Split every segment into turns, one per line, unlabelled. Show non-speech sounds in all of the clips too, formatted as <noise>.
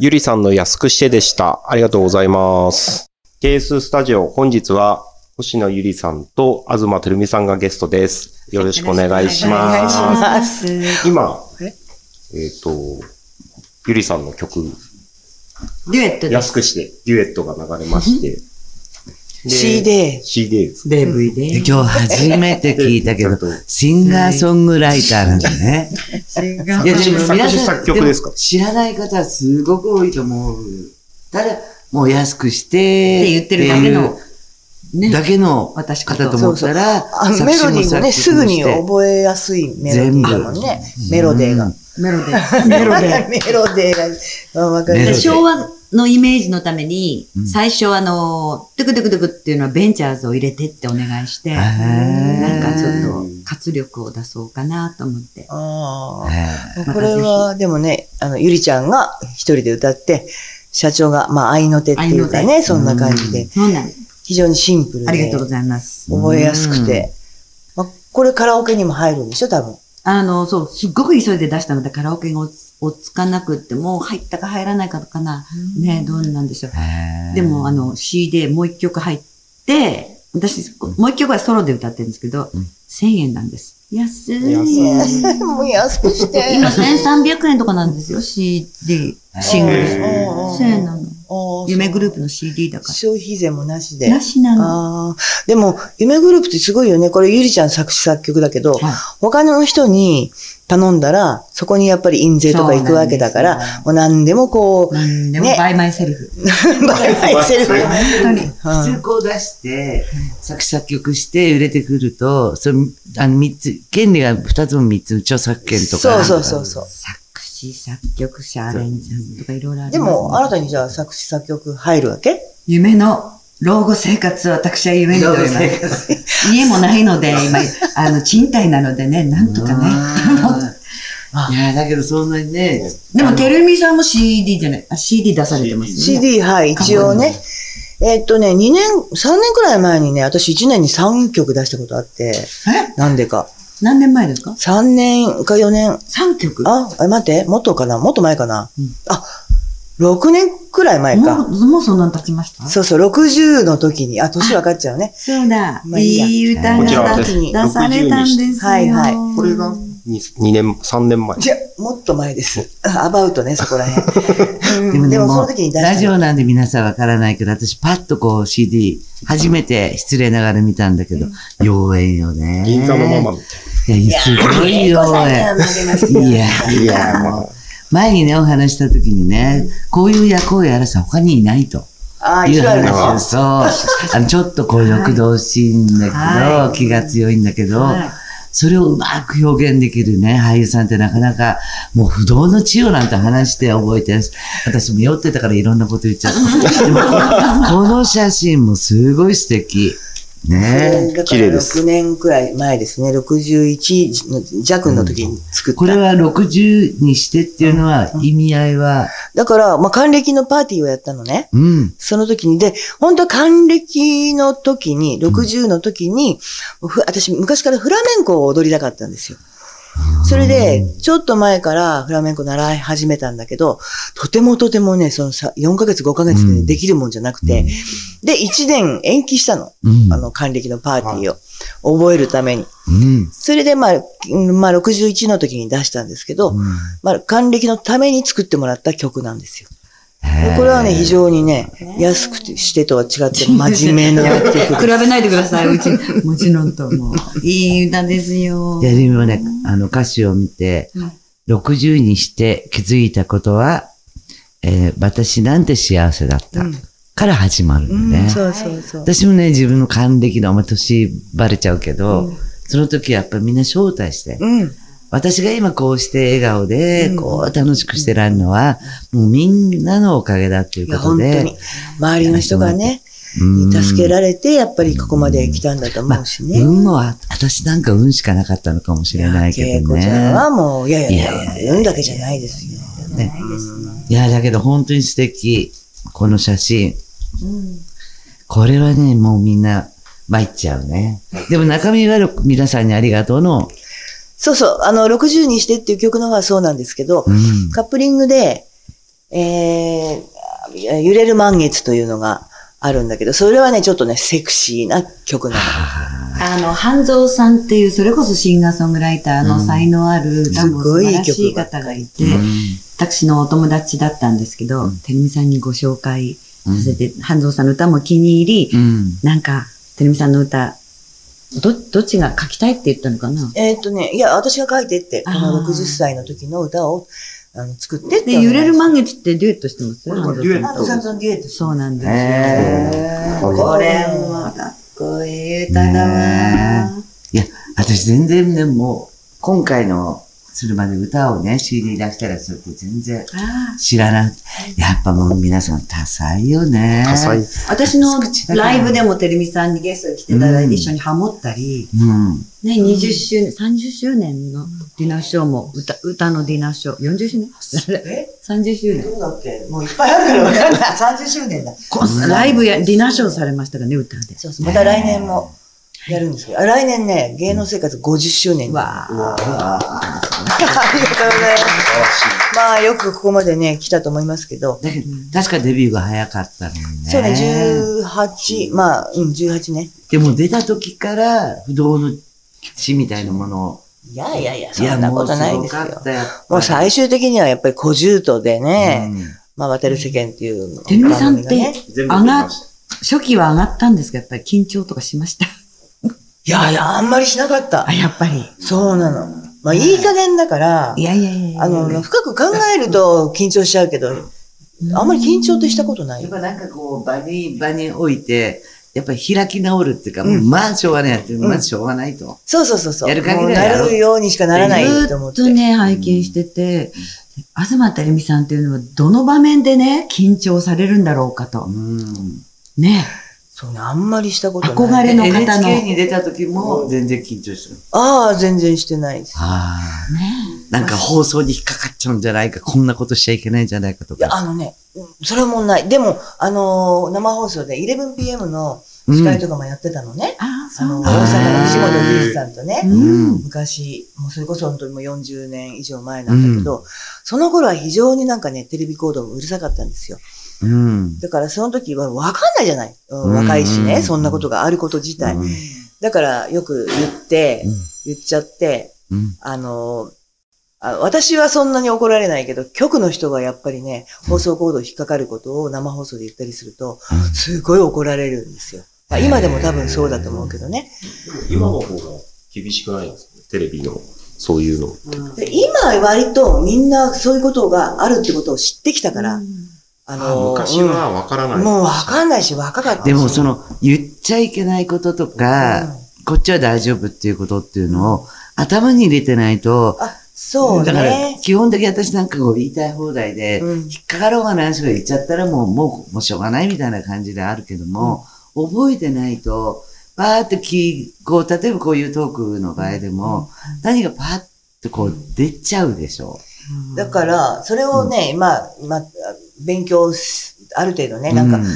ゆりさんの安くしてでした。ありがとうございます。ケーススタジオ、本日は星野ゆりさんと東てるみさんがゲストです。よろしくお願いし
お願
ま
いし
す。
ます。
今、
え
えっ、と、ゆりさんの曲、
デュエットで
安くして、デュエットが流れま
<laughs>
して。で
CD。
CD です。
で
DVD。
今日初めて聞いたけど、シンガーソングライターなんだ
<laughs>
ね。
い
いや
作詞
でも皆さん
作詞作曲ですか
も知らない方はすごく多いと思う。ただ、もう安くして。っ
って言ってるだけの
ていうだけの
私
方と思ったら、
あのメロディーもね、すぐに
覚
覚えやすいメロディーだもんね。メロディーが。
メロディ
<laughs> メロディー。が。あわか
メロデ
る
ィー。
昭和のイメージのために
う、ん
最初あの、トゥクトゥクトゥクっていうのはベンチャーズを入れてってお願いして、なんかちょっと活力を出そうかなと思って。
ああ。これは、でもね、あの、ゆりちゃんが一人で歌って、社長が、まあ、愛の手っていうか
合い
ね、そんな感じで、
そうなんです。
非常にシンプルで。
ありがとうございます。
覚えやすくて。まあ、これカラオケにも入るんでしょ、多分。
あの、そう、すっごく急いで出したのでカラオケが落ち着かなくって、もう入ったか入らないかかな。ね、どうなんでしょう。でも、あ
の、
の、CD もう一曲入って、私、もう一曲はソロで歌ってるんですけど、
うん
1000円なんです。安い。
安
今
<laughs> もう安くして。
1300円とかなんですよ、CD、シングル。
へー
1000円なの。夢グループの CD だか
消費税もなしで。
ら。なしなの。
ああ、でも、夢グループってすごいよね。これ、ゆりちゃん作詞作曲だけど、
はい
他の人に頼んだら、そこにやっぱり印税とか行くわけだか
そうなんです
ら
よ、
もう何でもこ
なんでも、
ね
バイマイセルフ。 <laughs>
う、売買してるから。
本当に。
うん
通行出して、作詞作曲して売れてくると、それ、あの、三つ、権利が二つも三つ、著作権とか。
そうそうそうそう。
作詞、作曲者、アレンジャーとかいろいろあり
で
ますね
も、新たにじゃあ作詞作曲入るわけ
夢の老後生活を私は夢見ております。家もないので、今、あの、賃貸なのでね、なんとかね。
いや、だけどそんなにね、
でも、てるみさんも CD じゃない、あ CD 出されてますよね。
CD、はい、一応ね。えっとね、2年、3年くらい前にね、私1年に3曲出したことあって、
え
なんでか。
何年前ですか
3年か4年、
?3 曲
あ、え待って、もっとかなもっと前かな、
うん
あ、6年くらい前
も
か。
う、もうそんなに経ちました
そうそう、60の時に、あ、年分かっちゃうね。
そうだ。
まあいいや
いい歌
こちら
が
で
出
す
されたんですよ。
はいはい
これが2、二年、3年前。
じゃ、もっと前です。あアバウトね、そこら辺。
で
う
もね、
んでも、そ
も
の
う
時に出
ラ
し
ジ
た。
オなんで皆さんわからないけど、私パッとこう CD、初めて失礼ながら見たんだけど、妖艶よね。
銀座のママみ
いや、すごい
結構最近
妖
は負けました
艶。いや、
たいな。いやー、まあ、
前にね、お話した時にね、こういう役をやらせ他にいないと。
ああ、
いう
一応あるね。
話を
<laughs>
そう。あの、ちょっとこう欲動しいんだけど、
はい
気が強いんだけど、
はい
それをうまく表現できるね、俳優さんってなかなか、もう不動の知恵なんて話して覚えてるし、私も酔ってたからいろんなこと言っちゃった。でもこの写真もすごい素敵。ね
だか
綺
ら
麗です
6年くらい前ですね。61の弱の時に作った。
これは60にしてっていうのは意味合いは、
だから、まあ、還暦のパーティーをやったのね。
うん。
その時に、で、本当は還暦の時に、60の時に、ふ私昔からフラメンコを踊りたかったんですよ。それで、ちょっと前からフラメンコ習い始めたんだけど、とてもとてもね、そのさ、4ヶ月、5ヶ月
う
で
ん
できるもんじゃなくて、で、1年延期したの。
うん。
あの、還暦のパーティーを覚えるために。
うん。
それで、まあ、うんまあ、61の時に出したんですけ
う
ど、
ん
まあ、還暦のために作ってもらった曲なんですよ。
へー
これはね、非常にね、安くてしてとは違って真面目な曲。
<laughs>
<laughs>
比べないでください、うち。もちろんともう。いい歌ですよ。
いや、でもね、あの歌詞を見て、
はい
60にして気づいたことは、えー私なんて幸せだった。
うん
から始まる
う
のね
ん、。そうそうそう。
私もね、自分の還暦の、まあ、年バレちゃうけど、その時やっぱりみんな招待して、
うん。
私が今こうして笑顔で、
うん
こう楽しくしてられるのは、もうみんなのおかげだってい
いう
こ
や、
と
本当
で。
に。周りの人がね、
うん
助けられて、やっぱりここまで来たんだと思うしね。
運もあ、私なんか運しかなかったのかもしれないけ
恵
ど
子
ね。
ちゃんはもう、いやい
い
や
や
いや、運だけじゃないですよ。
いや、だけど本当に素敵。この写真。これはね、もうみんな参っちゃうね。でも中身は皆さんにありがとうの。
そうそう、あの、60にしてっていう曲の方はそうなんですけど
う、ん。
カップリングで、えー、揺れる満月というのがあるんだけど、それはね、ちょっとね、セクシーな曲なの。
あの、半蔵さんっていう、それこそシンガーソングライターの才能ある歌も
すご
素
い
晴らしい方がいて、私のお友達だったんですけど、てるみさんにご紹介させて、半蔵さんの歌も気に入り、
うん。
なんか、てるみさんの歌、ど、どっちが書きたいって言ったのかな
えーっとね、いや、私が書いてって、この
あー
60歳の時の歌をあの作ってって。
で、揺れる満月ってデュエットしてます
これはデュエッ
あと、サンソンデュエット。
そうなんですよ。
へ
ー
これはかっこいい歌だわ。
いや、私全然ね、もう、今回の、するまで歌をね、CD 出したらそうやって全然
あ
知らない。やっぱもう皆さん多彩よね。
多彩。
ー私のライブでもてるみさんにゲストに来ていただいて一緒にハモったり、
うん。
ね、20周年、30周年のディナーショーも、歌、歌のディナーショー、40周年 ?30 周年。
うだっけもういっぱいあるからわかんない。30周 <laughs> 年だ。
ライブや、ディナーショーされましたからね、歌で。
そうそう。また来年もやるんですけど、あ来年ね、芸能生活50周年。
わー。
<laughs> ありがとうございます。まあ、よくここまでね、来たと思いますけど、
だけど、確かデビューが早かったのよね。
そうね、18、まあ、うん、18ね。
でも出た時から、不動の地みたいなものを。
いやいやいや、そんなことないです
もうすごか
よ
っ。たよ。
もう最終的にはやっぱり小獣とでね、
うん
まあ、渡る世間っていう、
てるみさんっ
番組が
て
ね、
全部
上
見
が
ま
っ
し、
初期は上がったんですが、やっぱり緊張とかしました。
いやいや、あんまりしなかった
あ、。やっぱり。
そうなの。まあ、いい加減だから
い、やいやいやいや
あの、深く考えると緊張しちゃうけど、あんまり緊張ってしたことない
やっ。ぱなんかこう、場に、場において、やっぱり開き直るっていうか、まあしょうがないやって、まあしょうがないと。
そうそうそうそう。
やる限り
も
は
う
やろう
なるようにしかならないと思って。
ずーっとね、拝見してて、東てるみさんっていうのは、どの場面でね、緊張されるんだろうかと
う。ん。
ね。
そうね、あんまりしたことない。
憧れの方の
NHK に出た時も全然緊張してる。
ああ、全然してないです。
ああ。
ね
なんか放送に引っかかっちゃうんじゃないか、こんなことしちゃいけないんじゃないかと
いや、
か。
あのね、うんそれもない。でも、あのー生放送で 11pm の司会とかもやってたのね。
ああ、そ
あの、
う
大
なんだ。
阪の西本龍一さんとね。
うん。
昔、もうそれこそ本当にもう40年以上前なんだけど、その頃は非常になんかね、テレビ行動もうるさかったんですよ。
うん。
だからその時はわかんないじゃない、うん
うん
若いし
うん
ね、そんなことがあること自体。だからよく言って、
うん
言っちゃって、
うん
あのあ、私はそんなに怒られないけど、局の人がやっぱりね、放送行動引っかかることを生放送で言ったりすると、すごい怒られるんですよ。まあ今でも多分そうだと思うけどね。
今の方が厳しくないんですかテレビの、そういうの。
で今割とみんなそういうことがあるってことを知ってきたから、あの、
昔はわから
う、
なんい。
もうわかんないし若かったし
でもその、言っちゃいけないこととか、こっちは大丈夫っていうことっていうのを頭に入れてないと、
あ、そう
だから
ね、。
基本的に私なんかこう言いたい放題で、
うん
引っかかろうが何しろ言っちゃったらもう、もう、もうしょうがないみたいな感じであるけども、覚えてないと、バーって聞いこう、例えばこういうトークの場合でも、何かパーッとこう出ちゃうでしょ。
だから、それをね、まあ、まあ、勉強し、ある程度ね、
う
なん
う
か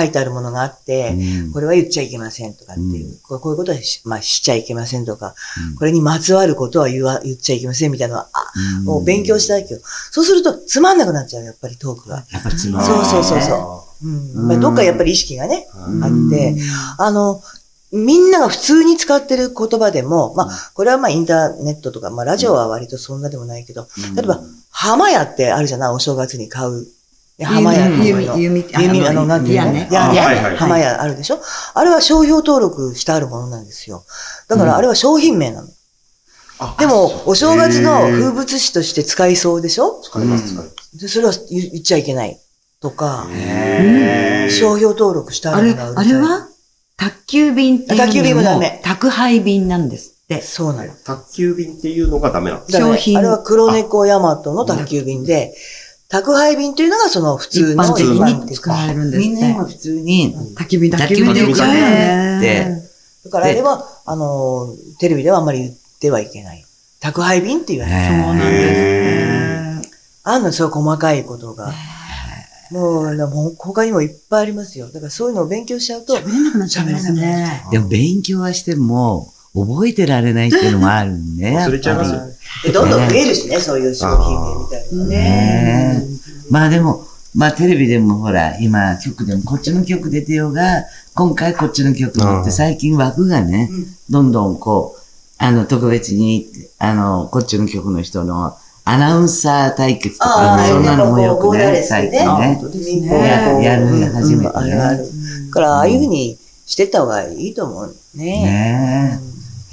書いてあるものがあって、
ん
これは言っちゃいけませんとかっていう、
う
こうこういうことはし,、まあ、しちゃいけませんとか、
うん
これにまつわることは言わ言っちゃいけませんみたいなのは、あ
うん
もう勉強したいけど、そうするとつまんなくなっちゃう、やっぱりトークが。
やっぱつまん
そうそうそうそう
う。
うんまあ、どっかやっぱり意識がね、
はい
あって、あの、みんなが普通に使ってる言葉でも、まあ、これはまあインターネットとか、まあラジオは割とそんなでもないけど、例えば、浜屋ってあるじゃないお正月に買う。ね浜屋っていうの。
弓弓弓
弓、
あの
あの、なんていうの
矢ね
矢ね
あはいはい
浜屋あるでしょあれは商標登録してあるものなんですよ。だからあれは商品名なの。
あ
でも、お正月の
へー
風物詩として使いそうでしょ
使います、使います。
でそれは言言っちゃいけない。とか、
へー
商標登録してあ
あ
る
れ、
ものが
あれは宅急便っていうの
宅急便もダメ
宅配便なんですって。
そうなの。
宅急便っていうのがダメなんです。
だからね
商品
あれは黒猫ヤマトの宅急便で、宅配便というのがその普
一
通の
般的
一般
に
的
使われるんです
み
っ
んな
て
今。普通に、
宅急便、
宅急便
でよかったよね
だからあれは、あの、テレビではあんまり言ってはいけない。宅配便っていう、
そうなん
ね
ですね。
あんのそう細かいことが。もう、でも他にもいっぱいありますよ。だからそういうのを勉強しちゃうと、
喋れなくなっちゃいます
喋れな
ね。
でも勉強はしても、覚えてられないっていうのもあるんでね。
忘れちゃいます
やっぱ
よ。
でどんどん増えるしね、そういう商品名みたいなのがね。
ねまあでも、まあテレビでもほら、今曲でもこっちの曲出てようが、今回こっちの曲だっ
うん
て最近枠がね、どんどんこう、あの特別に、あの、こっちの曲の人のアナウンサー対決と
あ
か、
ー
そんなのもよ
こ
く
うボーダー
ね、
レスで
最
ね
近ね。
みんな
ややる
うん
初めてね
うんあるある。だから、ああいうふうにしてった方がいいと思うね。
ね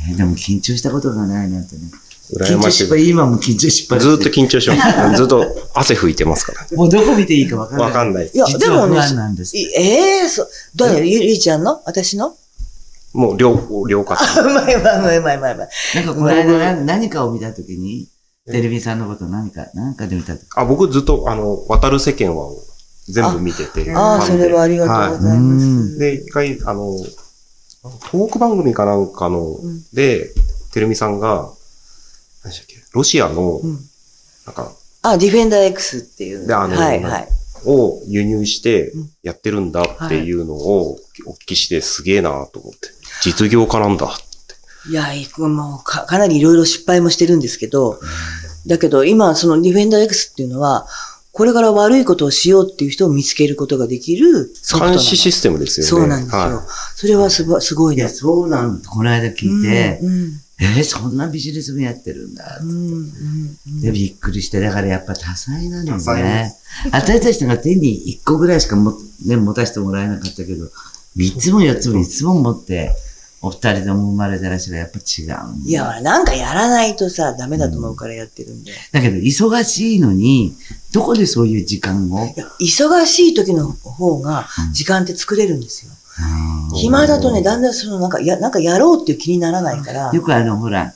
え。えでも緊張したことがないなんてね。
羨
緊
ま
張
し
失
い。ず
敗、今も緊張失敗
ーっと緊張してます。 <laughs> ずっと汗拭いてますから。
もうどこ見ていいかわかんない。
わかんない
い。や、で
実は
もね
不、安なんです。
いええそう、どうやゆりちゃんの私の
もう両方、両方。
うまいうまいうまいうまいうまいうまい。
なんかこの間な何かを見たときに、テレビさんのこと何か、何かで見たとき。
あ、僕ずっと、あの、渡る世間は全部見てて。
ああ、
ファ
そ
ンで
れはありがとうございます。
で、一回、あの、トーク番組かなんかの、
ん
で、てるみさんが、何でしたっけ、ロシアの、
うん
なんか、
あ、ディフェンダー X っていう。
であの
はいはい。
を輸入して
うん
やってるんだっていうのをお聞きしてすげえなと思って。実業家なんだ。
いや、いくもうかかなりいろいろ失敗もしてるんですけど、だけど今、そのディフェンダー X っていうのは、これから悪いことをしようっていう人を見つけることができるソフトなの
監視システムですよね。
そうなんですよ。
は
それはすごすごい
い
で
や、
す。
そうなんこの間聞いて、
うん
えー、そんなビジネスもやってるんだ
う。んうん
で、びっくりして、だからやっぱ多彩なの
多彩で
ね。私たちが手に1個ぐらいしかも、ね、持たせてもらえなかったけど、3つも4つも5つも持って、お二人とも生まれてらっしゃるやっぱ違うんだ
いや、ほらなんかやらないとさ、ダメだと思うからやってるんで。
だけど、忙しいのに、どこでそういう時間を
いや忙しい時の方が、時間って作れるんですよ。
い
暇だとね、だんだんその、なんか、や、なんかやろうっていう気にならないから。
よくあの、ほら、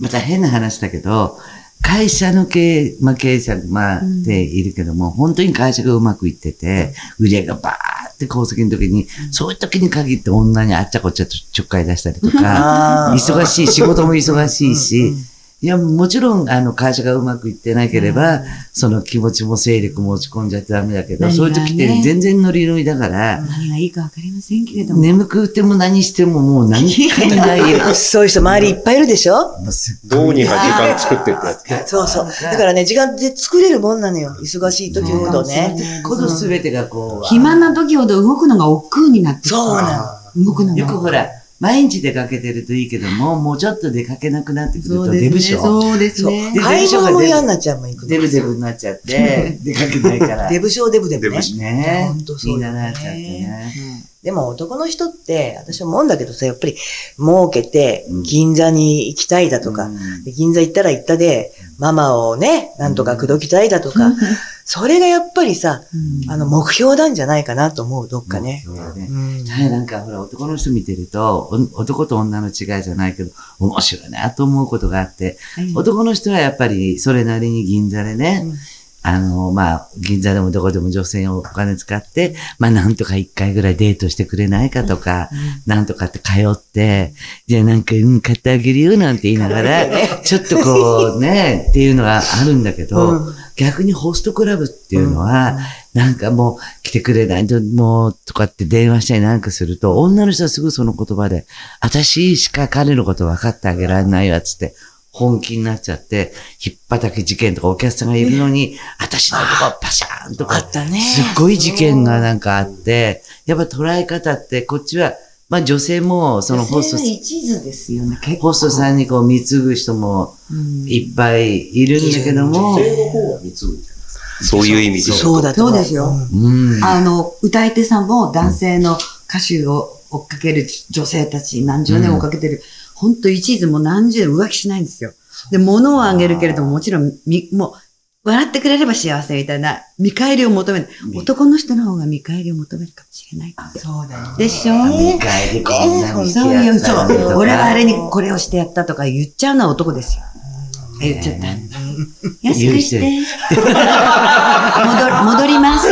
また変な話だけど、会社の経営、まあ、経営者、まあ、でいるけども、本当に会社がうまくいってて、売り上げがバーって功績の時に、そういう時に限って女にあっちゃこっちゃとちょっかい出したりとか、
<laughs> あー
忙しい、仕事も忙しい
うん
し
うん、
いや、もちろん、あの、会社がうまくいってなければ、その気持ちも精力も落ち込んじゃってダメだけど、
何
そ
が
うい
ね
う時って全然ノリノリだから、
何がいいかわかりませんけれども。
眠くても何してももう何かもない <laughs> よ。
そういう人周りいっぱいいるでしょ
もうすっごい
どうにか時間作ってって。
そうそう。だからね、時間って作れるもんなのよ。忙しい時ほどね。
このすべてがこう。
暇な時ほど動くのが億劫になってきた
そうな
動くのが。
よくほら、毎日出かけてるといいけども、もうちょっと出かけなくなってくると出ブしょ。
そうです
の。
ね
そう。。会場も嫌になっちゃうもん、行くの
デブデブになっちゃって、出かけないから。
デブ症デブデブね。
ね
ほんと。そ
み
うんだ
な
ね
なっちゃってね。
でも男の人って、私は思うんだけどさ、やっぱり儲けて
うん
銀座に行きたいだとか、
うん
で銀座行ったら行ったで、ママをね、なんとか口説きたいだとか、それがやっぱりさ、あの目標なんじゃないかなと思う、どっかね。
そうだね。
うん
はい、なんかほら、男の人見てると、お男と女の違いじゃないけど、面白いなと思うことがあって、男の人はやっぱりそれなりに銀座でね、
うん
あの、まあ、銀座でもどこでも女性をお金使って、まあ、なんとか一回ぐらいデートしてくれないかとか、なんとかって通って、じゃあなんか、うん、買ってあげるよなんて言いなが
<laughs>
ら、ちょっとこうね、っていうのがあるんだけど、
うん
逆にホストクラブっていうのは、なんかもう来てくれないと、もうとかって電話したりなんかすると、女の人はすぐその言葉で、私しか彼のこと分かってあげられないわっつって、本気になっちゃって、ひっぱたき事件とかお客さんがいるのに、私のとこパシャーンと
あ
か、
ったね。
すっごい事件がなんかあって、やっぱ捉え方って、こっちは、まあ女性も、そのホストさん、
一途ですよね、結構。
ホストさんにこう貢ぐ人もいっぱいいるんだけども、
そういう意味で。
そうだと思
そうですよ
ん
うん。
あの、歌い手さんも男性の歌手を追っかける女性たち、何十年も追っかけてる。本当一途も何十年も浮気しないんですよ。で、物をあげるけれども、もちろん、み、もう、笑ってくれれば幸せみたいな、見返りを求める。男の人の方が見返りを求めるかもしれない。
そうだよ。
でしょ
見返りこんなに
そう
や
よ、
ったのにと
そう。
か
俺はあれにこれをしてやったとか言っちゃうのは男ですよ。言っちゃった。安くして。戻
言
り戻ります。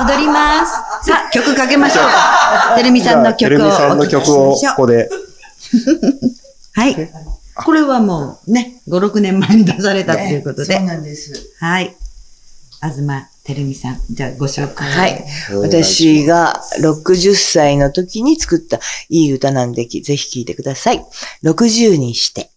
戻ります。さあ、曲かけましょうか。てるみさんの
て
曲
る
を
み
お
さんの
聞きしま
曲
し
を
ょ
ここで。
う。はい。これはもうね、5、6年前に出されたということで
そう。なんです。
はい。東てるみさん、じゃあご紹介。
はい。。私が60歳の時に作ったいい歌なんで、ぜひ聴いてください。60にして。